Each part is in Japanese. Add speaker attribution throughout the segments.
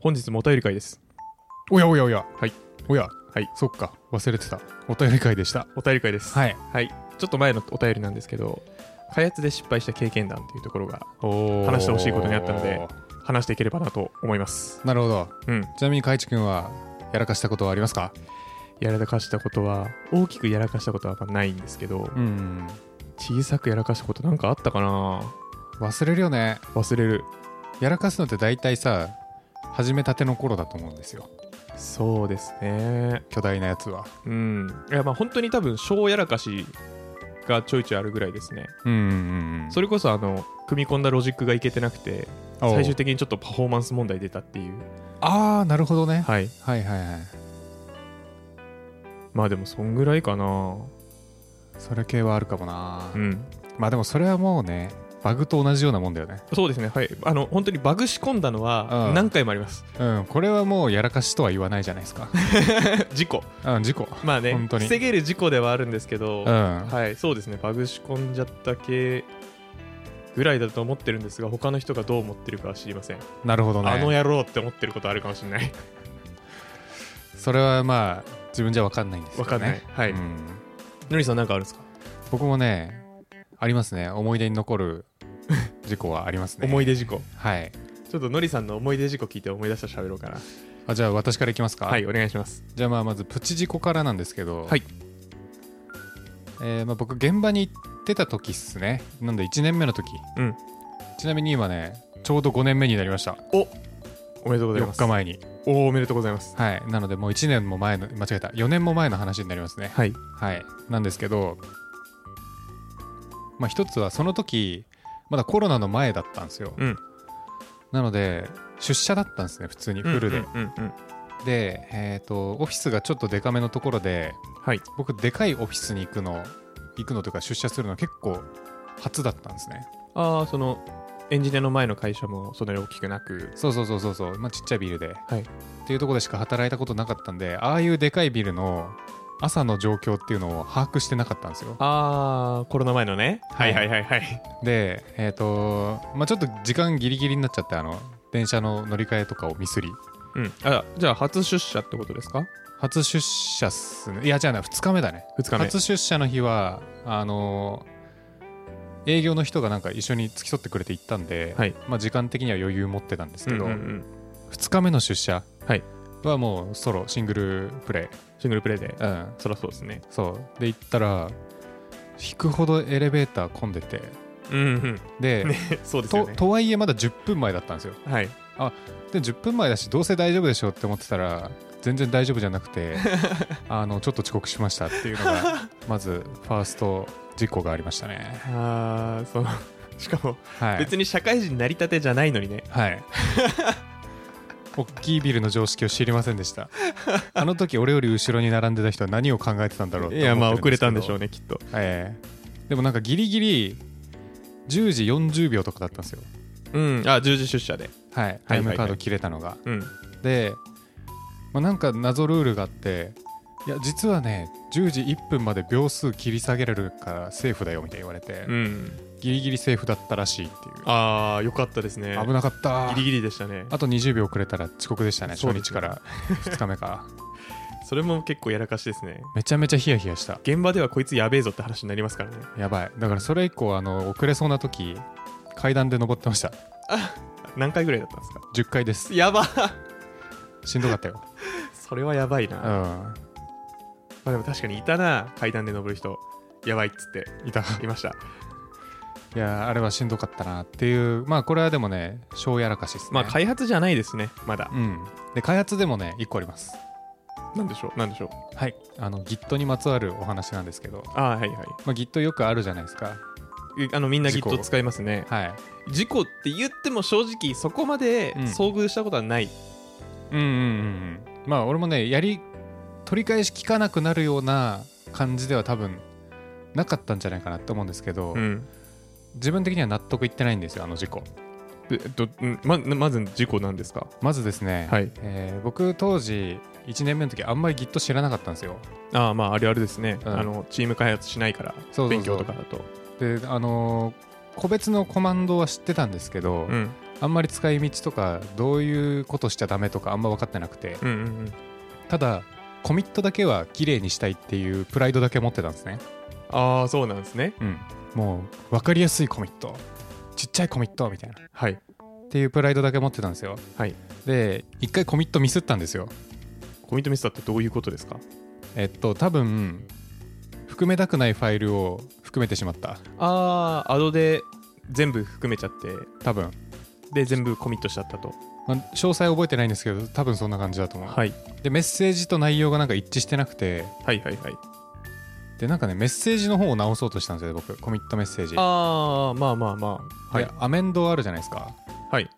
Speaker 1: 本日もお便り会です。
Speaker 2: おやおやおや。
Speaker 1: はい。
Speaker 2: おや。
Speaker 1: はい。
Speaker 2: そっか。忘れてた。お便り会でした。
Speaker 1: お便り会です。
Speaker 2: はい。
Speaker 1: はい。ちょっと前のお便りなんですけど、開発で失敗した経験談というところが
Speaker 2: おー
Speaker 1: 話してほしいことにあったので。話していければなと思います。
Speaker 2: なるほど。
Speaker 1: うん。
Speaker 2: ちなみに、かいちくんは、やらかしたことはありますか
Speaker 1: やらかしたことは、大きくやらかしたことはないんですけど、
Speaker 2: うん。
Speaker 1: 小さくやらかしたことなんかあったかな
Speaker 2: 忘れるよね。
Speaker 1: 忘れる。
Speaker 2: やらかすのって大体さ、始めたての頃だと思うんですよ。
Speaker 1: そうですね。
Speaker 2: 巨大なやつは。
Speaker 1: うん。いや、まあ本当に多分、小やらかしがちょいちょいあるぐらいですね。
Speaker 2: うんうんうん。
Speaker 1: それこそ、あの、組み込んだロジックがいけてなくて、
Speaker 2: おう
Speaker 1: 最終的にちょっとパフォーマンス問題出たっていう。
Speaker 2: ああ、なるほどね。
Speaker 1: はい。
Speaker 2: はいはいはい。
Speaker 1: まあでも、そんぐらいかな
Speaker 2: それ系はあるかもな。
Speaker 1: うん。
Speaker 2: まあでも、それはもうね、バグと同じようなもんだよね。
Speaker 1: そうですね。はい。あの、本当にバグ仕込んだのは
Speaker 2: うん
Speaker 1: 何回もあります。
Speaker 2: うん。これはもう、やらかしとは言わないじゃないですか。
Speaker 1: 事故。
Speaker 2: うん、事故。
Speaker 1: まあね、
Speaker 2: 本当に
Speaker 1: 防げる事故ではあるんですけど、
Speaker 2: うん。
Speaker 1: はい、そうですね。バグ仕込んじゃった系ぐらいだと思ってるんですが、他の人がどう思ってるかは知りません。
Speaker 2: なるほどね。
Speaker 1: あの野郎って思ってることあるかもしれ ない。
Speaker 2: それはまあ自分じゃ分かんないんですよね
Speaker 1: わかんない。はい。
Speaker 2: うん
Speaker 1: のりさんなんかあるんですか、
Speaker 2: 僕もねありますね思い出に残 る事故はありますね
Speaker 1: 思い
Speaker 2: 出
Speaker 1: 出事故。
Speaker 2: はい
Speaker 1: ちょっとのりさんの思い出事故聞いて思い出したら喋ろうかな。
Speaker 2: あじゃあ私からいきますか
Speaker 1: はい、お願いします。
Speaker 2: じゃあまあまずプチ事故からなんですけど
Speaker 1: はい
Speaker 2: えーまあ僕現場に行ってた時っすねなんで1年目の時
Speaker 1: うん
Speaker 2: ちなみに今ねちょうど5年目になりました
Speaker 1: おめでとうござい
Speaker 2: 4
Speaker 1: ます。
Speaker 2: 日前に
Speaker 1: おお、おめでとうございます。
Speaker 2: はいなのでもう1年も前の間違えた4年も前の話になりますね
Speaker 1: はい。
Speaker 2: はい、なんですけど、まあ、一つはその時まだコロナの前だったんですよ、
Speaker 1: うん
Speaker 2: なので出社だったんですね普通にフルで、
Speaker 1: うんうんうんうん
Speaker 2: で、えー、とオフィスがちょっとデカめのところで
Speaker 1: はい。
Speaker 2: 僕でかいオフィスに行くの行くのというか出社するの結構初だったんですね
Speaker 1: ああ、その、エンジニアの前の会社もそんなに大きくなく、
Speaker 2: そうそうそうそうそう、まあ、ちっちゃいビルで、
Speaker 1: はい
Speaker 2: っていうところでしか働いたことなかったんでああいうでかいビルの朝の状況っていうのを把握してなかったんですよ
Speaker 1: ああ、コロナ前のね。は
Speaker 2: はいい
Speaker 1: はいはいはい。
Speaker 2: でえっ、とまあちょっと時間ギリギリになっちゃってあの電車の乗り換えとかをミスり
Speaker 1: うん。あ、じゃあ初出社ってことですか
Speaker 2: 初出社っすねいやじゃあね2日目だね
Speaker 1: ?2 日目。
Speaker 2: 初出社の日はあのー営業の人がなんか一緒に付き添ってくれて行ったんで、
Speaker 1: はい
Speaker 2: まあ、時間的には余裕持ってたんですけど、
Speaker 1: うんうんうん
Speaker 2: 2日目の出社
Speaker 1: はい
Speaker 2: はもうソロシングルプレ
Speaker 1: シングルプレイで
Speaker 2: イ、。うん、
Speaker 1: そりゃそうですね。
Speaker 2: そうで行ったら引くほどエレベーター混んでて
Speaker 1: うんうん。
Speaker 2: で、
Speaker 1: ね そうですよ
Speaker 2: と
Speaker 1: ね。
Speaker 2: とはいえまだ10分前だったんですよ
Speaker 1: はい。
Speaker 2: で10分前だしどうせ大丈夫でしょうって思ってたら全然大丈夫じゃなく てあのちょっと遅刻しましたっていうのがまずファースト事故がありましたね
Speaker 1: ああ、その、 しかも、
Speaker 2: はい
Speaker 1: 別に社会人なりたてじゃないのにね。
Speaker 2: はい 大きいビルの常識を知りませんでしたあの時俺より後ろに並んでた人は何を考えてたんだろうって思ってるんですけ
Speaker 1: い
Speaker 2: ど
Speaker 1: や、まあ遅れたんでしょうね、きっと。
Speaker 2: ええでもなんかギリギリ10時40秒とかだったんですよ
Speaker 1: うん。あ、10時出社で。
Speaker 2: はいタイムカ
Speaker 1: はいは
Speaker 2: ー
Speaker 1: いは
Speaker 2: ド
Speaker 1: い
Speaker 2: 切れたのが、
Speaker 1: うん。
Speaker 2: で、まあ、なんか謎ルールがあっていや実はね10時1分まで秒数切り下げられるからセーフだよみたいに言われて、
Speaker 1: うん。
Speaker 2: ギリギリセーフだったらしいっていう
Speaker 1: ああ、よかったですね。
Speaker 2: 危なかった
Speaker 1: ギリギリでしたね。
Speaker 2: あと20秒遅れたら遅刻でしたね
Speaker 1: そう
Speaker 2: 初
Speaker 1: です
Speaker 2: 日
Speaker 1: ね
Speaker 2: から2日目か
Speaker 1: それも結構やらかしですね。
Speaker 2: めちゃめちゃヒヤヒヤした
Speaker 1: 現場ではこいつやべえぞって話になりますからね。
Speaker 2: やばいだからそれ以降あの遅れそうな時階段で登ってました
Speaker 1: 何回ぐらいだったんですか
Speaker 2: 10階です
Speaker 1: やば
Speaker 2: しんどかったよ、
Speaker 1: それはやばいうな。ま
Speaker 2: ん、
Speaker 1: あでも確かにいたな、階段で登る人。やばいっつって、
Speaker 2: いた
Speaker 1: いました。
Speaker 2: いやあれはしんどかったなっていうまあこれはでもね小やらかしですね
Speaker 1: まあ開発じゃないですね、まだ。
Speaker 2: うん、で開発でもね1個あります
Speaker 1: なんでしょう、なんでしょう。
Speaker 2: はいあの Git にまつわるお話なんですけど、
Speaker 1: ああ、はいは
Speaker 2: まあ、Git よくあるじゃないですか
Speaker 1: い。あのみんな
Speaker 2: 事故
Speaker 1: Git 使いますね。
Speaker 2: はい
Speaker 1: 事故って言っても正直そこまで
Speaker 2: うん
Speaker 1: 遭遇したことはない。
Speaker 2: うんうんうんうんまあ俺もねやり取り返し効かなくなるような感じでは多分なかったんじゃないかなと思うんですけど、
Speaker 1: うん。
Speaker 2: 自分的には納得いってないんですよあの事故
Speaker 1: でえっと、うんままず事故なんですか
Speaker 2: まずですね、
Speaker 1: はい
Speaker 2: えー僕当時1年目の時あんまり Git 知らなかったんですよ
Speaker 1: ああ、まああれあれですね。
Speaker 2: うん
Speaker 1: あのチーム開発しないから、
Speaker 2: そうそうそう
Speaker 1: 勉強とかだと。
Speaker 2: であのー個別のコマンドは知ってたんですけど、
Speaker 1: うん。
Speaker 2: あんまり使い道とかどういうことしちゃダメとかあんま分かってなくて
Speaker 1: うんうん
Speaker 2: ただコミットだけは綺麗にしたいっていうプライドだけ持ってたんですね、
Speaker 1: ああそうなんですね
Speaker 2: うん、もう分かりやすいコミットちっちゃいコミットみたいな
Speaker 1: はい
Speaker 2: っていうプライドだけ持ってたんですよ
Speaker 1: はい
Speaker 2: で一回コミットミスったんですよ
Speaker 1: コミットミスだってどういうことですか
Speaker 2: えっと多分含めたくないファイルを含めてしまった
Speaker 1: ああアドで全部含めちゃって
Speaker 2: 多分、
Speaker 1: で全部コミットしちゃったと
Speaker 2: まあ詳細覚えてないんですけど多分そんな感じだと思う、
Speaker 1: はい
Speaker 2: でメッセージと内容がなんか一致してなくて
Speaker 1: はいはいはい
Speaker 2: でなんかねメッセージの方を直そうとしたんですよ僕コミットメッセージ
Speaker 1: ああまあまあまあはい
Speaker 2: でアメンドあるじゃないですか
Speaker 1: はい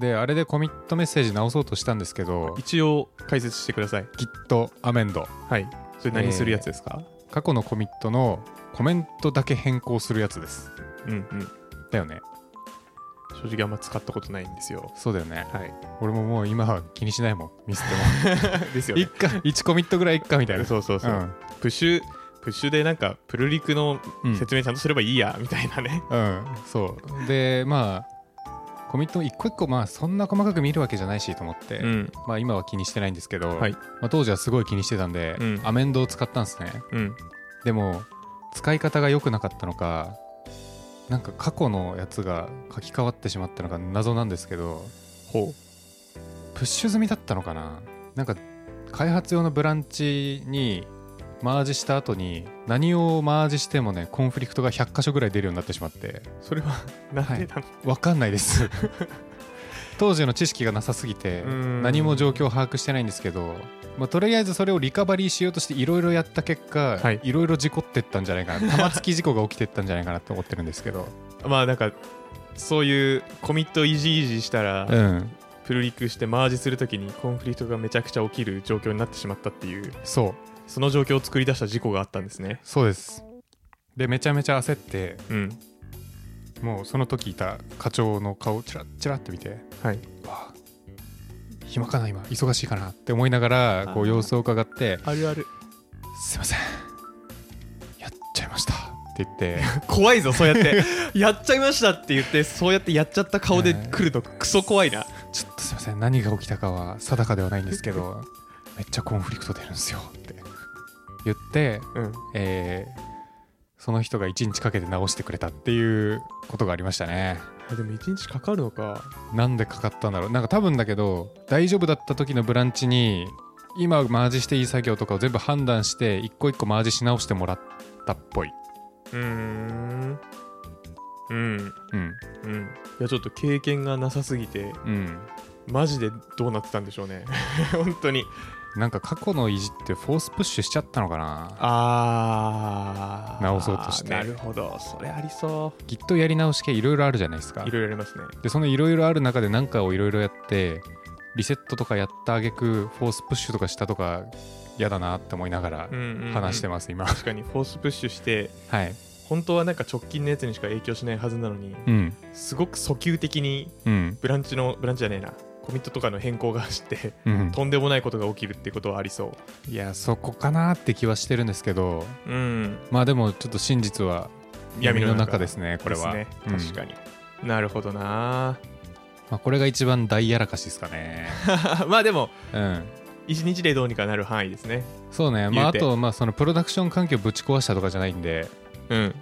Speaker 2: であれでコミットメッセージ直そうとしたんですけど
Speaker 1: 一応解説してください
Speaker 2: Git アメンド
Speaker 1: はいそれ何するやつですか、
Speaker 2: 過去のコミットのコメントだけ変更するやつです
Speaker 1: うんうん
Speaker 2: だよね
Speaker 1: 正直あんま使ったことないんですよ
Speaker 2: そうだよね
Speaker 1: はい
Speaker 2: 俺ももう今は気にしないもんミスっても
Speaker 1: ですよ
Speaker 2: 一
Speaker 1: ね
Speaker 2: か1コミットぐらいいっかみたいな
Speaker 1: そうそうそう、
Speaker 2: うん
Speaker 1: プッシュプッシュでなんかプルリクの
Speaker 2: うん
Speaker 1: 説明ちゃんとすればいいや、みたいなね
Speaker 2: うん、そうでまあコミットも一個一個まあそんな細かく見るわけじゃないしと思って、
Speaker 1: ん
Speaker 2: まあ今は気にしてないんですけど、
Speaker 1: はい
Speaker 2: まあ、当時はすごい気にしてたんで、
Speaker 1: うん
Speaker 2: アメンドを使ったんですね
Speaker 1: うん
Speaker 2: でも使い方が良くなかったのかなんか過去のやつが書き換わってしまったのが謎なんですけど
Speaker 1: ほ
Speaker 2: プッシュ済みだったのかななんか開発用のブランチにマージした後に何をマージしてもねコンフリクトが100箇所ぐらい出るようになってしまって
Speaker 1: うそれはなんでなの、
Speaker 2: わかんないです 当時の知識がなさすぎて
Speaker 1: うん
Speaker 2: 何も状況を把握してないんですけど、まあ、とりあえずそれをリカバリーしようとしていろいろやった結果、
Speaker 1: はい
Speaker 2: いろいろ事故ってったんじゃないか な玉突き事故が起きてったんじゃないかなって思ってるんですけど、
Speaker 1: まあなんかそういうコミットイジイジしたら、
Speaker 2: うん、
Speaker 1: プルリクしてマージするときにコンフリクトがめちゃくちゃ起きる状況になってしまったっていう
Speaker 2: そう
Speaker 1: その状況を作り出した事故があったんですね
Speaker 2: そうですでめちゃめちゃ焦って
Speaker 1: うん
Speaker 2: もうその時いた課長の顔をチラッチラッと見て
Speaker 1: はい
Speaker 2: わあ暇かな今忙しいかなって思いながらこ
Speaker 1: あ
Speaker 2: う
Speaker 1: ー
Speaker 2: 様子を伺って
Speaker 1: あるある
Speaker 2: すいませんやっちゃいましたって言って
Speaker 1: 怖いぞそうやって やっちゃいましたって言ってそうやってやっちゃった顔で来るとクソ怖いな
Speaker 2: ちょっとすいません何が起きたかは定かではないんですけどめっちゃコンフリクト出るんですよって言って、
Speaker 1: うん
Speaker 2: えーその人が1日かけて直してくれたっていうことがありましたね
Speaker 1: あでも1日かかるのか
Speaker 2: なんでかかったんだろうなんか多分だけど大丈夫だった時のブランチに今マージしていい作業とかを全部判断して一個一個マージし直してもらったっぽい、
Speaker 1: うーんうん
Speaker 2: うん
Speaker 1: うんいやちょっと経験がなさすぎて
Speaker 2: うん、
Speaker 1: マジでどうなってたんでしょうね 本当に
Speaker 2: なんか過去のいじってフォースプッシュしちゃったのかな
Speaker 1: あー
Speaker 2: 直そうとして
Speaker 1: なるほどそれありそ
Speaker 2: Git やり直し系いろいろあるじゃないですか
Speaker 1: ういろいろありますね
Speaker 2: でそのいろいろある中で何かをいろいろやってリセットとかやったあげくフォースプッシュとかしたとか嫌だなって思いながら話して
Speaker 1: ま
Speaker 2: ま す、今
Speaker 1: 確かにフォースプッシュして
Speaker 2: はい
Speaker 1: 本当はなんか直近のやつにしか影響しないはずなのに
Speaker 2: うん
Speaker 1: すごく訴求的に
Speaker 2: うん
Speaker 1: ブランチのブランチじゃねえなコミットとかの変更が走って
Speaker 2: うん
Speaker 1: とんでもないことが起きるってことはありそ
Speaker 2: いやそこかなって気はしてるんですけど
Speaker 1: ううん
Speaker 2: まあでもちょっと真実は闇の中ですねこれは、
Speaker 1: です
Speaker 2: うん
Speaker 1: ね確かに、なるほどな
Speaker 2: まあ、これが一番大やらかしです かね
Speaker 1: まあでも
Speaker 2: うん
Speaker 1: 1日でどうにかなる範囲ですね
Speaker 2: そうねまあ
Speaker 1: 言
Speaker 2: あ
Speaker 1: うて
Speaker 2: とまあそのプロダクション環境ぶち壊したとかじゃないんで、
Speaker 1: うん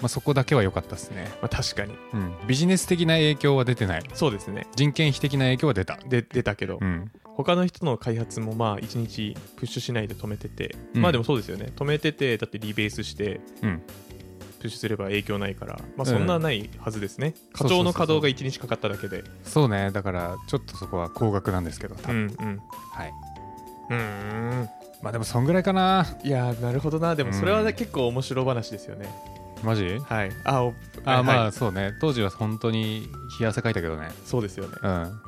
Speaker 2: まあ、そこだけは良かったですね、
Speaker 1: まあ確かに
Speaker 2: うん、ビジネス的な影響は出てない
Speaker 1: そうですね
Speaker 2: 人件費的な影響は出た
Speaker 1: で出たけど、
Speaker 2: うん
Speaker 1: 他の人の開発もまあ1日プッシュしないで止めてて、
Speaker 2: うん
Speaker 1: まあでもそうですよね止めててだってリベースして
Speaker 2: うん
Speaker 1: プッシュすれば影響ないからまあそんなないはずですね、課長の稼働が1日かかっただけで
Speaker 2: そうねだからちょっとそこは高額なんですけど、
Speaker 1: う
Speaker 2: 多分
Speaker 1: んうん
Speaker 2: はいう
Speaker 1: ーん
Speaker 2: まあでもそんぐらいかない
Speaker 1: やーなるほどなでもそれはね、
Speaker 2: うん
Speaker 1: 結構面白話ですよね
Speaker 2: マジ
Speaker 1: はいあお
Speaker 2: あ
Speaker 1: はいはい
Speaker 2: まあそうね当時は本当に冷や汗かいたけどね
Speaker 1: そうですよね
Speaker 2: うん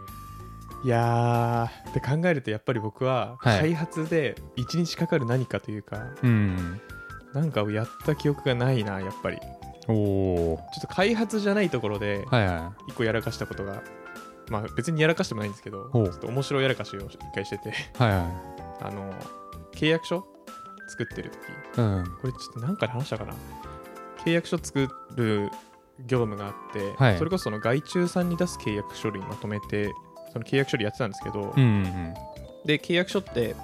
Speaker 1: いやーって考えるとやっぱり僕は
Speaker 2: はい
Speaker 1: 開発で1日かかる何かというか、
Speaker 2: うん
Speaker 1: なんかをやった記憶がないなやっぱりちょ
Speaker 2: おお
Speaker 1: っと開発じゃないところで
Speaker 2: はいは
Speaker 1: 一個やらかしたことがまあ別にやらかしてもないんですけどち
Speaker 2: ほ
Speaker 1: ょ
Speaker 2: う
Speaker 1: っと面白いやらかしを一回してて
Speaker 2: いはいは
Speaker 1: あの契約書作ってる時
Speaker 2: いうん
Speaker 1: これちょっとなんかで話したかな契約書作る業務があって、
Speaker 2: はい
Speaker 1: それこそその外注さんに出す契約書類まとめてその契約書類やってたんですけど、
Speaker 2: うんうん
Speaker 1: で契約書って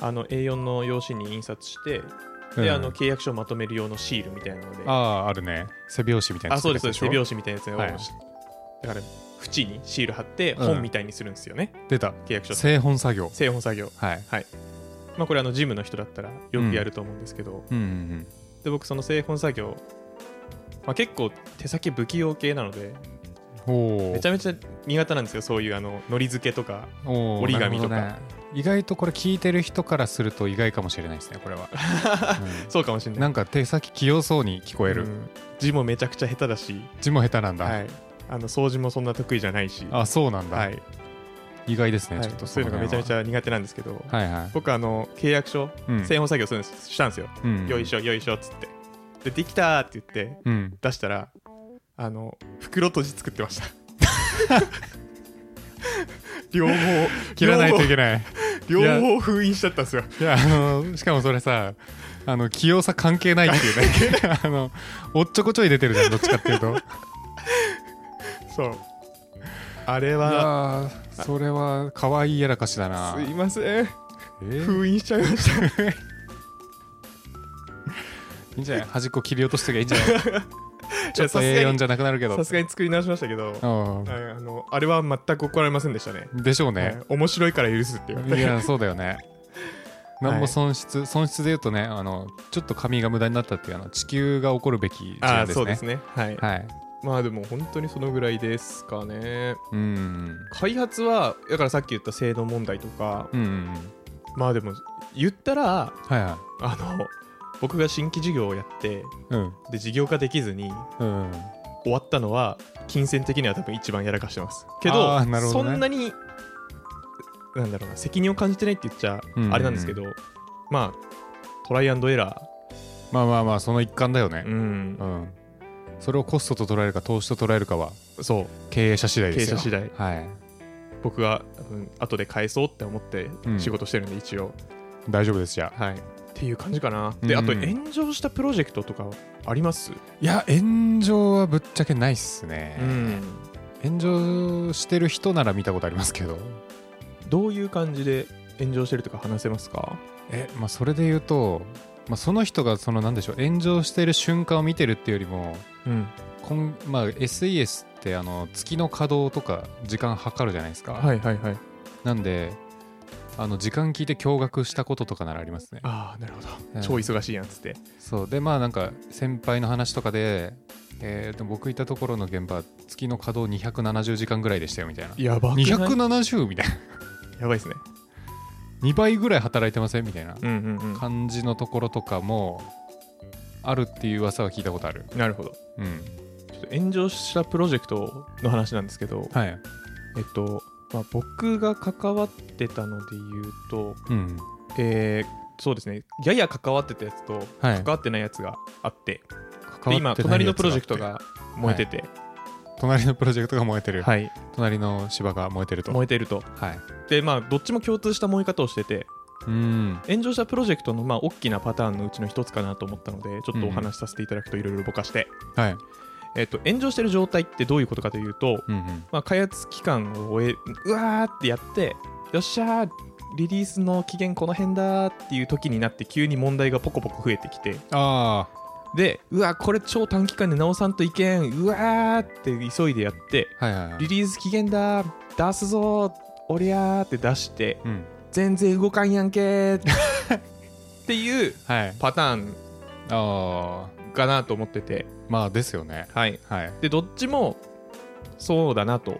Speaker 1: あの A4 の用紙に印刷して
Speaker 2: うん。
Speaker 1: で、あの
Speaker 2: うん
Speaker 1: 契約書をまとめる用のシールみたいなので
Speaker 2: ああ、あるね。背表紙みたいな
Speaker 1: あ
Speaker 2: やつ
Speaker 1: そうですそうです手
Speaker 2: しょ
Speaker 1: 拍子みたいなやつを、
Speaker 2: はい
Speaker 1: だから縁にシール貼って
Speaker 2: うん
Speaker 1: 本みたいにするんですよね、
Speaker 2: 出た。
Speaker 1: 契約書って
Speaker 2: 製本作業。
Speaker 1: 製本作業
Speaker 2: はい。
Speaker 1: まあこれあの事務の人だったらよくやると思うんですけど、
Speaker 2: うんうん
Speaker 1: で僕その製本作業、まあ、結構手先不器用系なので
Speaker 2: うん。おお。
Speaker 1: めちゃめちゃ苦手なんですよそういうあののり付けとか
Speaker 2: おー
Speaker 1: 折り紙とか
Speaker 2: なるほどね意外とこれ聞いてる人からすると意外かもしれないですねこ れは、
Speaker 1: そうかもしれ
Speaker 2: う
Speaker 1: なんい
Speaker 2: なんか手先器用そうに聞こえる、
Speaker 1: うん字もめちゃくちゃ下手だし、
Speaker 2: 字も下手なんだ、
Speaker 1: はい、あの掃除もそんな得意じゃないし、
Speaker 2: あそうなんだ、
Speaker 1: はいはい
Speaker 2: 意外ですね、ちょっと
Speaker 1: そういうのがめちゃめちゃ苦手なんですけど
Speaker 2: ゃはいはい、
Speaker 1: 僕あの契約書
Speaker 2: うん
Speaker 1: 製本作業するんですしたんですよ
Speaker 2: うん
Speaker 1: よいしょよいしょっつってでできたーって言って
Speaker 2: うん
Speaker 1: 出したらあの袋閉じ作ってました 両方
Speaker 2: 切らないといけない
Speaker 1: 両
Speaker 2: いや
Speaker 1: 方両方封印しちゃったんですよ
Speaker 2: いやあのしかもそれさあの器用さ関係ないっていう ねあのおっちょこちょい出てるじゃんどっちかっていうと
Speaker 1: そうあれ
Speaker 2: い
Speaker 1: は
Speaker 2: やーそれは可愛いやらかしだな
Speaker 1: すいません
Speaker 2: えー
Speaker 1: 封印しちゃいました
Speaker 2: いいんじゃない端っこ切り落としときゃいいんじゃ ないち
Speaker 1: い
Speaker 2: ょっと
Speaker 1: やさすが
Speaker 2: A4
Speaker 1: に
Speaker 2: じゃなくなるけど
Speaker 1: さすがに作り直しましたけど
Speaker 2: うん
Speaker 1: はいあのあれは全く怒られませんでしたね
Speaker 2: でしょうね
Speaker 1: は。い面白いから許すって言われ
Speaker 2: い
Speaker 1: て
Speaker 2: や、そうだよね。何も損失、損失で言うとね、あの、ちょっと紙が無駄になったっていう、あの、地球が起こるべき事
Speaker 1: あ
Speaker 2: 案
Speaker 1: あ
Speaker 2: ですね。
Speaker 1: そうですねはい、
Speaker 2: はい。
Speaker 1: まあでも本当にそのぐらいですかね
Speaker 2: うん。
Speaker 1: 開発はだからさっき言った制度問題とか
Speaker 2: うんうんうん。
Speaker 1: まあでも言ったら
Speaker 2: はいは
Speaker 1: あの僕が新規事業をやって
Speaker 2: い。うん。
Speaker 1: で事業化できずに
Speaker 2: うん。
Speaker 1: 終わったのは金銭的には多分一番やらかしてますけ
Speaker 2: あ
Speaker 1: ど
Speaker 2: ーなるほど
Speaker 1: そ
Speaker 2: ね
Speaker 1: んなになんだろうな責任を感じてないって言っちゃ
Speaker 2: うんうん
Speaker 1: あれなんですけど、まあトライアンドエラ
Speaker 2: まあまあまあ、その一環だよ
Speaker 1: ー、
Speaker 2: ね。
Speaker 1: うん
Speaker 2: う、ん。それをコストと捉えるか、投資と捉えるかは、
Speaker 1: そう
Speaker 2: 経営者次第
Speaker 1: 経
Speaker 2: で
Speaker 1: 営
Speaker 2: すよ。
Speaker 1: 者次第
Speaker 2: はい。
Speaker 1: 僕が多分後で返そうって思って
Speaker 2: うん
Speaker 1: 仕事してるんで一応、
Speaker 2: 大丈夫です、じゃあ。
Speaker 1: はいっていう感じかな、
Speaker 2: う
Speaker 1: で
Speaker 2: ん
Speaker 1: あと炎上したプロジェクトとかあります
Speaker 2: いや、炎上はぶっちゃけないっす
Speaker 1: う
Speaker 2: ね。
Speaker 1: ん
Speaker 2: 炎上してる人なら見たことありますけど。
Speaker 1: どういう感じで炎上してるとか話せますか
Speaker 2: え、まあ、それで言うと、まあ、その人がそのなんでしょう炎上している瞬間を見てるっていうよりも
Speaker 1: うん
Speaker 2: こん、まあ、SES ってあの月の稼働とか時間計るじゃないですか、
Speaker 1: はいはいはい
Speaker 2: なんであの時間聞いて驚愕したこととかならありますね
Speaker 1: ああなるほど、
Speaker 2: うん
Speaker 1: 超忙しいやんつって
Speaker 2: そうでまあなんか先輩の話とかで,、えー、と僕いたところの現場月の稼働270時間ぐらいでしたよみたいな
Speaker 1: やばくない
Speaker 2: 270みたいな
Speaker 1: やばいですね
Speaker 2: 2倍ぐらい働いてませんみたいな
Speaker 1: うんうん
Speaker 2: 感じのところとかもあるっていう噂は聞いたことある
Speaker 1: なるほど
Speaker 2: うん
Speaker 1: ちょっと炎上したプロジェクトの話なんですけど
Speaker 2: はい
Speaker 1: えっと、まあ、僕が関わってたので言うと
Speaker 2: うん、
Speaker 1: えーそうですねやや関わってたやつと
Speaker 2: はい
Speaker 1: 関わってないやつがあって,、
Speaker 2: 関わってない
Speaker 1: で今
Speaker 2: やつ
Speaker 1: 隣のプロジェクトが燃えてて、
Speaker 2: 隣のプロジェクトが燃えてる、
Speaker 1: はい、
Speaker 2: 隣の芝が燃えてると
Speaker 1: 燃えてると
Speaker 2: はい
Speaker 1: でまあどっちも共通した燃え方をしてて
Speaker 2: うん
Speaker 1: 炎上したプロジェクトのまあ大きなパターンのうちの一つかなと思ったのでちょっとお話しさせていただくといろいろぼかして、
Speaker 2: はい
Speaker 1: えっと、炎上してる状態ってどういうことかというと、
Speaker 2: うんうん
Speaker 1: まあ、開発期間を終えうわーってやってよっしゃーリリースの期限この辺だーっていう時になって急に問題がポコポコ増えてきて
Speaker 2: あ
Speaker 1: でうわこれ超短期間で直さんといけんうわーって急いでやって
Speaker 2: あはいはいはい
Speaker 1: リリース期限だー出すぞーおりゃーって出して
Speaker 2: うん
Speaker 1: 全然動かんやんけーっていう
Speaker 2: はい
Speaker 1: パターン
Speaker 2: ああ
Speaker 1: かなと思ってて、
Speaker 2: まあですよね
Speaker 1: はい、
Speaker 2: はい、
Speaker 1: でどっちもそうだなと、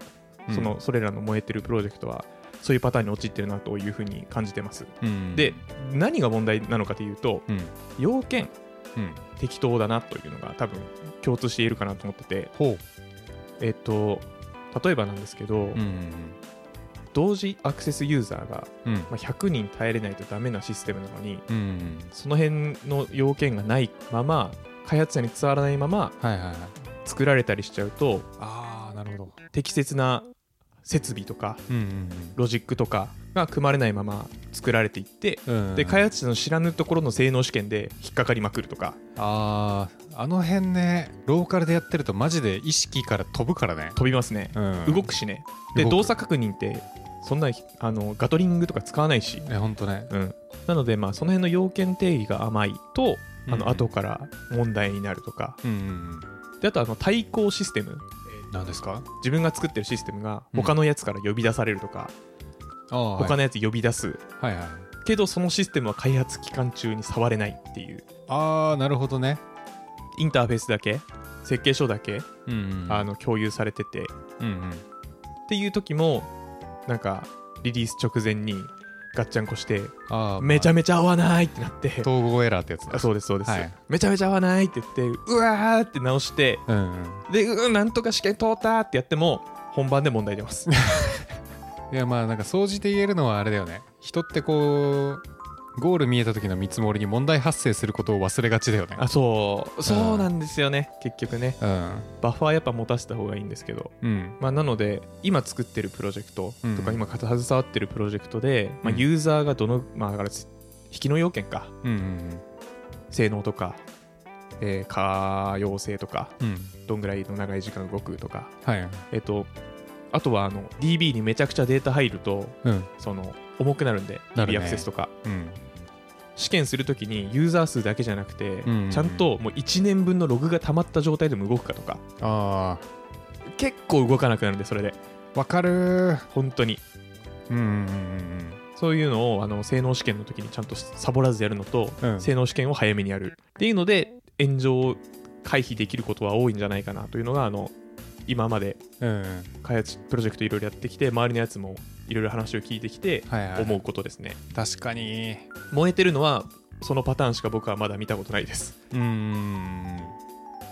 Speaker 2: うん
Speaker 1: そのそれらの燃えてるプロジェクトはそういうパターンに陥ってるなというふうに感じてます、
Speaker 2: うん
Speaker 1: で何が問題なのかというと
Speaker 2: うん
Speaker 1: 要件
Speaker 2: うん
Speaker 1: 適当だなというのが多分共通しているかなと思ってて
Speaker 2: ほ
Speaker 1: えっと例えばなんですけど、
Speaker 2: うん
Speaker 1: 同時アクセスユーザーが、
Speaker 2: うんうん
Speaker 1: まあ、100人耐えれないとダメなシステムなのに
Speaker 2: うんうん
Speaker 1: その辺の要件がないまま開発者に伝わらないまま
Speaker 2: はいはいはい
Speaker 1: 作られたりしちゃうと
Speaker 2: ああなるほど
Speaker 1: 適切な設備とか
Speaker 2: うん
Speaker 1: ロジックとかが組まれないまま作られていって、
Speaker 2: うんうん
Speaker 1: で開発者の知らぬところの性能試験で引っかかりまくるとか
Speaker 2: あーあの辺ねローカルでやってるとマジで意識から飛ぶからね、
Speaker 1: 飛びますね、
Speaker 2: うん、
Speaker 1: 動くしねで
Speaker 2: 動く
Speaker 1: 動作確認ってそんなあのガトリングとか使わないし、
Speaker 2: えほんとね
Speaker 1: うん、なのでまあその辺の要件定義が甘いとあ
Speaker 2: うん
Speaker 1: の後から問題になるとか、
Speaker 2: うんうん
Speaker 1: であとあの対抗システム
Speaker 2: 何ですか
Speaker 1: 自分が作ってるシステムが
Speaker 2: うん
Speaker 1: 他のやつから呼び出されるとか、
Speaker 2: ああはい
Speaker 1: 他のやつ呼び出す、
Speaker 2: はいはい
Speaker 1: けどそのシステムは開発期間中に触れないっていう
Speaker 2: ああなるほどね
Speaker 1: インターフェースだけ設計書だけ、
Speaker 2: うんうん
Speaker 1: あの共有されててっ
Speaker 2: うんうん
Speaker 1: ていう時もなんかリリース直前にガッチャンコして
Speaker 2: あー
Speaker 1: めちゃ
Speaker 2: ま
Speaker 1: めちゃ合わないってなって
Speaker 2: あ統合エラーってやつ
Speaker 1: あ
Speaker 2: だ
Speaker 1: そうですそうです、
Speaker 2: はい
Speaker 1: めちゃめちゃ合わないって言ってうわーって直して
Speaker 2: うんうん
Speaker 1: でうんなんとか試験通ったってやっても本番で問題出ます
Speaker 2: いやまあなんか総じて言えるのはあれだよね人ってこうゴール見えた時の見積もりに問題発生することを忘れがちだよね
Speaker 1: あそう そうなんですよね結局ね
Speaker 2: うん
Speaker 1: バッファーやっぱ持たせた方がいいんですけど
Speaker 2: うん
Speaker 1: まあ、なので今作ってるプロジェクトとか
Speaker 2: うん
Speaker 1: 今携わってるプロジェクトで、まあ、
Speaker 2: うん
Speaker 1: ユーザーがどの、まあ、だから引きの要件か
Speaker 2: うんうん
Speaker 1: 性能とか、えー可用性とか
Speaker 2: うんうん
Speaker 1: どんぐらいの長い時間動くとか、
Speaker 2: はい
Speaker 1: えっとあとはあの DB にめちゃくちゃデータ入ると
Speaker 2: うん
Speaker 1: その重くなるんで
Speaker 2: なるね
Speaker 1: DB アクセスとか、
Speaker 2: うん
Speaker 1: 試験するときにユーザー数だけじゃなくて、
Speaker 2: うん
Speaker 1: ちゃんともう1年分のログが溜まった状態でも動くかとか
Speaker 2: あ
Speaker 1: 結構動かなくなるんでそれで
Speaker 2: あわかるー
Speaker 1: 本当に
Speaker 2: うんうんうん
Speaker 1: そういうのをあの性能試験の時にちゃんとサボらずやるのと、
Speaker 2: うん
Speaker 1: 性能試験を早めにやるっていうので炎上を回避できることは多いんじゃないかなというのがあの今まで
Speaker 2: うんうん
Speaker 1: 開発プロジェクトいろいろやってきて周りのやつもいろいろ話を聞いてきて
Speaker 2: はいはい
Speaker 1: 思うことですね、
Speaker 2: 確かに
Speaker 1: 燃えてるのはそのパターンしか僕はまだ見たことないです
Speaker 2: うんうんうんうん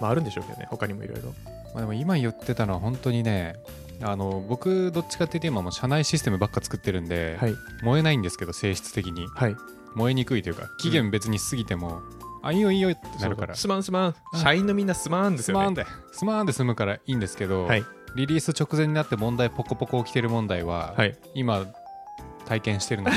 Speaker 1: まああるんでしょうけどね他にもいろいろ
Speaker 2: まあ、でも今言ってたのは本当にねあの僕どっちかっていうと今もう社内システムばっか作ってるんで、
Speaker 1: はい
Speaker 2: 燃えないんですけど性質的に
Speaker 1: はい
Speaker 2: 燃えにくいというか期限別に過ぎても、あいいよいいよってなるから
Speaker 1: すまんすまん
Speaker 2: あ
Speaker 1: 社員のみんなすまんです
Speaker 2: す
Speaker 1: よ
Speaker 2: まん
Speaker 1: ね
Speaker 2: で済まんで済むからいいんですけど、
Speaker 1: はい
Speaker 2: リリース直前になって問題ポコポコ起きてる問題は、
Speaker 1: はい
Speaker 2: 今体験して るのと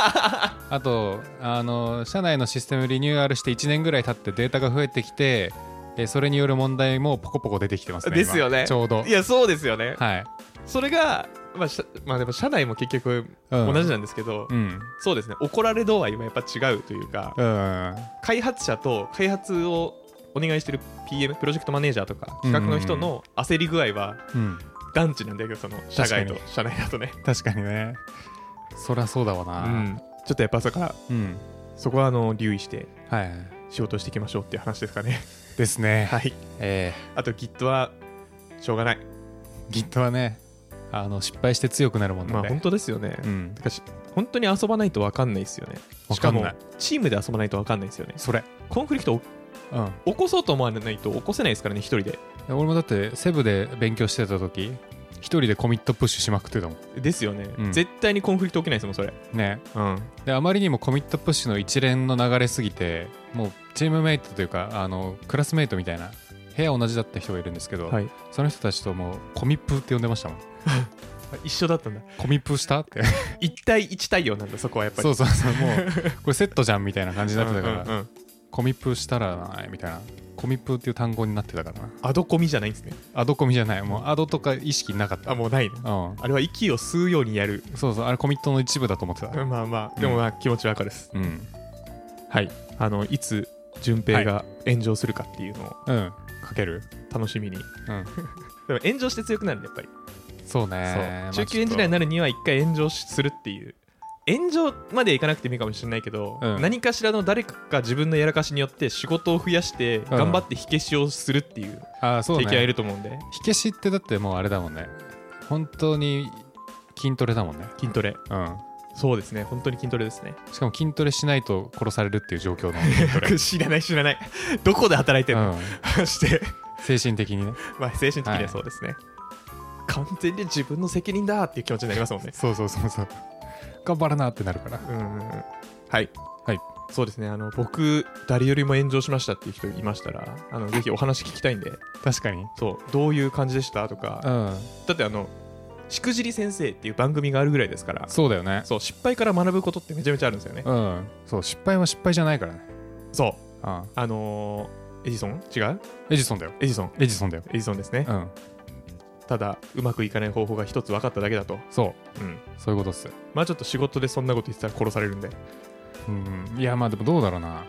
Speaker 2: あとあの社内のシステムリニューアルして1年ぐらい経ってデータが増えてきてえそれによる問題もポコポコ出てきてますね今
Speaker 1: ですよね
Speaker 2: ちょうど
Speaker 1: いやそうですよね
Speaker 2: はい、
Speaker 1: それがまあ、社まあでも社内も結局
Speaker 2: うん
Speaker 1: 同じなんですけど、
Speaker 2: うん
Speaker 1: そうですね怒られ度合いはやっぱ違うというか、
Speaker 2: うん
Speaker 1: 開発者と開発をお願いしてる PM プロジェクトマネージャーとか企画の人の焦り具合は
Speaker 2: うん
Speaker 1: 団地なんだけどその社外と
Speaker 2: 確
Speaker 1: 社内だとね、
Speaker 2: 確かにねそりゃそうだわ
Speaker 1: う
Speaker 2: な、
Speaker 1: ん、ちょっとやっぱそこは
Speaker 2: うん、
Speaker 1: そこはあの留意して
Speaker 2: はい
Speaker 1: 仕事をしていきましょうっていう話ですかね
Speaker 2: ですね、
Speaker 1: はい
Speaker 2: え
Speaker 1: あと Git はしょうがない
Speaker 2: ー、Git はねあの失敗して強くなるもんね、
Speaker 1: まあ本当ですよね、
Speaker 2: うん
Speaker 1: てかし本当に遊ばないと分かんないですよねしか
Speaker 2: わ
Speaker 1: も
Speaker 2: かんな
Speaker 1: チームで遊ばないと分かんないですよね
Speaker 2: それ
Speaker 1: コンフリクトを
Speaker 2: うん
Speaker 1: 起こそうと思わないと起こせないですからね一人で
Speaker 2: 俺もだってセブで勉強してた時一人でコミットプッシュしまくってたもん
Speaker 1: ですよね、
Speaker 2: うん
Speaker 1: 絶対にコンフリクト起きないですもんそれ
Speaker 2: ね
Speaker 1: うん
Speaker 2: であまりにもコミットプッシュの一連の流れすぎてもうチームメイトというかあのクラスメイトみたいな部屋同じだった人がいるんですけど、
Speaker 1: はい
Speaker 2: その人たちともうコミップって呼んでましたもん
Speaker 1: 一緒だったんだ
Speaker 2: コミップしたって
Speaker 1: 一対一対応なんだそこはやっぱり
Speaker 2: そうそうそうもうこれセットじゃんみたいな感じになってたから、
Speaker 1: うんうんうん
Speaker 2: コミップしたらなみたいなコミップっていう単語になってたからな
Speaker 1: アドコミじゃないんですね
Speaker 2: アドコミじゃないもうアドとか意識なかった
Speaker 1: あもうないね
Speaker 2: うん
Speaker 1: あれは息を吸うようにやる
Speaker 2: そうそうあれコミットの一部だと思ってた
Speaker 1: うん まあま
Speaker 2: う
Speaker 1: あ
Speaker 2: ん
Speaker 1: でもまあ気持ちはわかるです
Speaker 2: うん
Speaker 1: はいあのいつ順平が炎上するかっていうのを
Speaker 2: うんかける
Speaker 1: 楽しみに
Speaker 2: うん
Speaker 1: でも炎上して強くなるんでやっぱり
Speaker 2: そう
Speaker 1: そう
Speaker 2: ね
Speaker 1: 中級エンジニアにな
Speaker 2: な
Speaker 1: るには一回炎上しするっていう炎上まではいかなくてもいいかもしれないけど、
Speaker 2: うん
Speaker 1: 何かしらの誰かが自分のやらかしによって仕事を増やして頑張って火消しをするっていう
Speaker 2: あそう
Speaker 1: 経験はい
Speaker 2: ね
Speaker 1: ると思うんで、
Speaker 2: 火消しってだってもうあれだもんね本当に筋トレだもんね
Speaker 1: 筋トレ
Speaker 2: うん
Speaker 1: そうですね本当に筋トレですね
Speaker 2: しかも筋トレしないと殺されるっていう状況の筋トレ
Speaker 1: 知らない知らないどこで働いてるの、
Speaker 2: う ん
Speaker 1: して
Speaker 2: 精神的に ね
Speaker 1: まあ精神的にはそうですね、完全に自分の責任だっていう気持ちになりますもんね
Speaker 2: そうそうそうそう頑張らなってなるから
Speaker 1: うんはい
Speaker 2: はい
Speaker 1: そうですねあの僕誰よりも炎上しましたっていう人いましたらあのぜひお話聞きたいんで
Speaker 2: 確かに
Speaker 1: そうどういう感じでしたとか
Speaker 2: うん
Speaker 1: だってあのしくじり先生っていう番組があるぐらいですから
Speaker 2: そうだよね
Speaker 1: そう失敗から学ぶことってめちゃめちゃあるんですよね、
Speaker 2: うんそう失敗は失敗じゃないからね
Speaker 1: そう
Speaker 2: あ
Speaker 1: あのーエジソン違う
Speaker 2: エジソンだよ
Speaker 1: エジソン
Speaker 2: エジソンだよ
Speaker 1: エジソンですね、
Speaker 2: うん
Speaker 1: ただうまくいかない方法が一つ分かっただけだと
Speaker 2: そう
Speaker 1: うん
Speaker 2: そういうことっす
Speaker 1: まあちょっと仕事でそんなこと言ってたら殺されるんで
Speaker 2: うんいやまあでもどうだろうな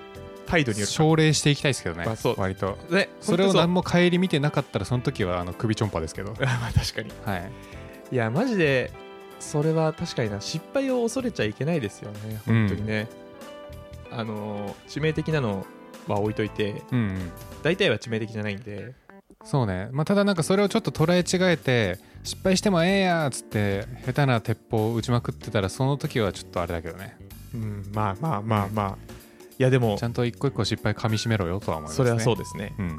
Speaker 1: 態度による
Speaker 2: 奨励していきたいですけどね
Speaker 1: あそう
Speaker 2: 割と
Speaker 1: ね
Speaker 2: それを
Speaker 1: 本当
Speaker 2: 何も顧みてなかったらその時はあの首ちょんぱですけど
Speaker 1: そう まあ確かに
Speaker 2: はい
Speaker 1: いやマジでそれは確かにな失敗を恐れちゃいけないですよね
Speaker 2: うん
Speaker 1: 本当にね、あのー致命的なのは置いといて
Speaker 2: うんうん
Speaker 1: 大体は致命的じゃないんで
Speaker 2: そうね、まあ、ただなんかそれをちょっと捉え違えて失敗してもええやっつって下手な鉄砲を撃ちまくってたらその時はちょっとあれだけどね
Speaker 1: うんまあまあまあまあいやでも
Speaker 2: ちゃんと一個一個失敗噛みしめろよとは思います
Speaker 1: そ
Speaker 2: ね
Speaker 1: れはそう
Speaker 2: う、
Speaker 1: ですね
Speaker 2: うん、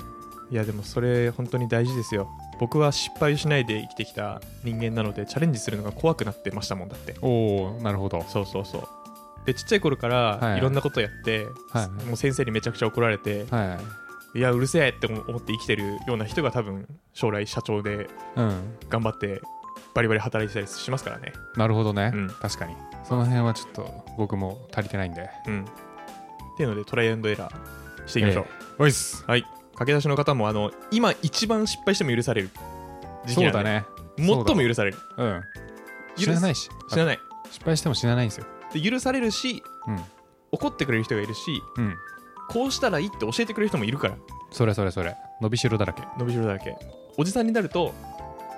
Speaker 1: いやでもそれ本当に大事ですよ僕は失敗しないで生きてきた人間なのでチャレンジするのが怖くなってましたもんだって
Speaker 2: おおなるほど
Speaker 1: そうそうそうでちっちゃい頃か
Speaker 2: は
Speaker 1: ら
Speaker 2: い
Speaker 1: いろんなことやって、
Speaker 2: はいはい
Speaker 1: もう先生にめちゃくちゃ怒られて、、
Speaker 2: はい
Speaker 1: やうるせえって思って生きてるような人が多分将来社長で
Speaker 2: いうん
Speaker 1: 頑張ってバリバリ働いてたりしますからね
Speaker 2: なるほどね、
Speaker 1: うん
Speaker 2: 確かにその辺はちょっと僕も足りてないんで
Speaker 1: うんっていうのでトライアンドエラーしていきましょう、
Speaker 2: おいっす
Speaker 1: はい駆け出しの方もあの今一番失敗しても許される時期
Speaker 2: そう
Speaker 1: なんで
Speaker 2: だね
Speaker 1: 最も許される
Speaker 2: うん
Speaker 1: 許
Speaker 2: 知
Speaker 1: す
Speaker 2: らないし
Speaker 1: 知らない
Speaker 2: 失敗しても死なないんですよ
Speaker 1: で許されるし
Speaker 2: うん
Speaker 1: 怒ってくれる人がいるし
Speaker 2: うん
Speaker 1: こうしたらいいって教えてくれる人もいるから
Speaker 2: それそれそれ伸びしろだらけ
Speaker 1: 伸びしろだらけおじさんになると、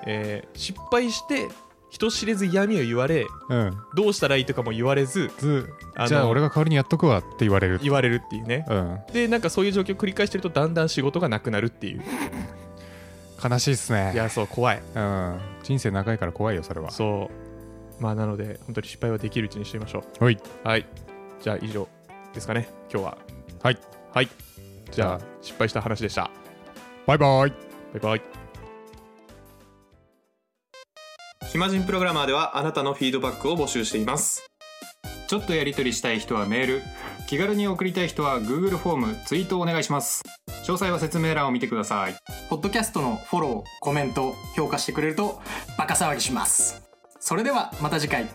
Speaker 1: えー失敗して人知れず闇を言われ
Speaker 2: うん
Speaker 1: どうしたらいいとかも言われず
Speaker 2: ず
Speaker 1: あの
Speaker 2: じゃあ俺が代わりにやっとくわって言われ る
Speaker 1: 言われるっていうね
Speaker 2: うん
Speaker 1: でなんかそういう状況を繰り返してるとだんだん仕事がなくなるっていう
Speaker 2: 悲しいっすね
Speaker 1: いやそう怖い
Speaker 2: うん、人生長いから怖いよそれは
Speaker 1: そうまあなので本当に失敗はできるうちにしてみましょ
Speaker 2: おいう
Speaker 1: はいじゃあ以上ですかね今日は
Speaker 2: はい
Speaker 1: はいじゃあ
Speaker 2: じ
Speaker 1: 失敗した話でした
Speaker 2: バイバイ
Speaker 1: バイバイ。暇人プログラマーではあなたのフィードバックを募集しています。
Speaker 3: ちょっとやり取りしたい人はメール気軽に送りたい人は Google フォームツイートをお願いします詳細は説明欄を見てください
Speaker 4: ポッドキャストのフォロー、コメント、評価してくれるとバカ騒ぎします。それではまた次回。